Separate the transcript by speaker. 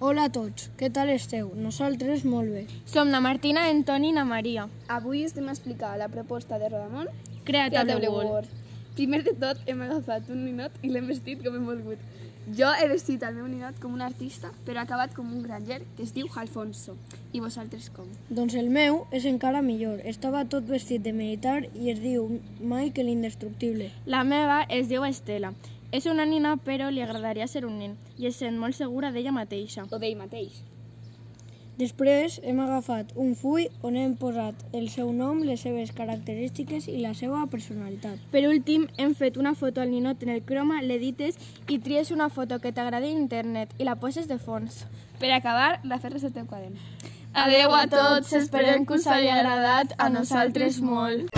Speaker 1: Hola a tots, què tal esteu? Nosaltres molt bé.
Speaker 2: Som na Martina, en Toni i na Maria.
Speaker 3: Avui estem a explicar la proposta de Rodamont
Speaker 2: Crea Table World.
Speaker 3: Primer de tot, hem agafat un ninot i l'hem vestit com hem volgut. Jo he vestit el meu ninot com un artista, però ha acabat com un granger que es diu Alfonso. I vosaltres com?
Speaker 1: Doncs el meu és encara millor. Estava tot vestit de militar i es diu Mike l'Indestructible.
Speaker 2: La meva es diu Estela. És una nina, però li agradaria ser un nen i es sent molt segura d'ella mateixa.
Speaker 3: O d'ell mateix.
Speaker 1: Després hem agafat un full on hem posat el seu nom, les seves característiques i la seva personalitat.
Speaker 2: Per últim, hem fet una foto al ninot en el croma, l'edites i tries una foto que t'agradi a internet i la poses de fons.
Speaker 3: Per acabar, la Ferra és el teu quadern.
Speaker 2: Adeu a tots, esperem que us hagi agradat, a nosaltres molt.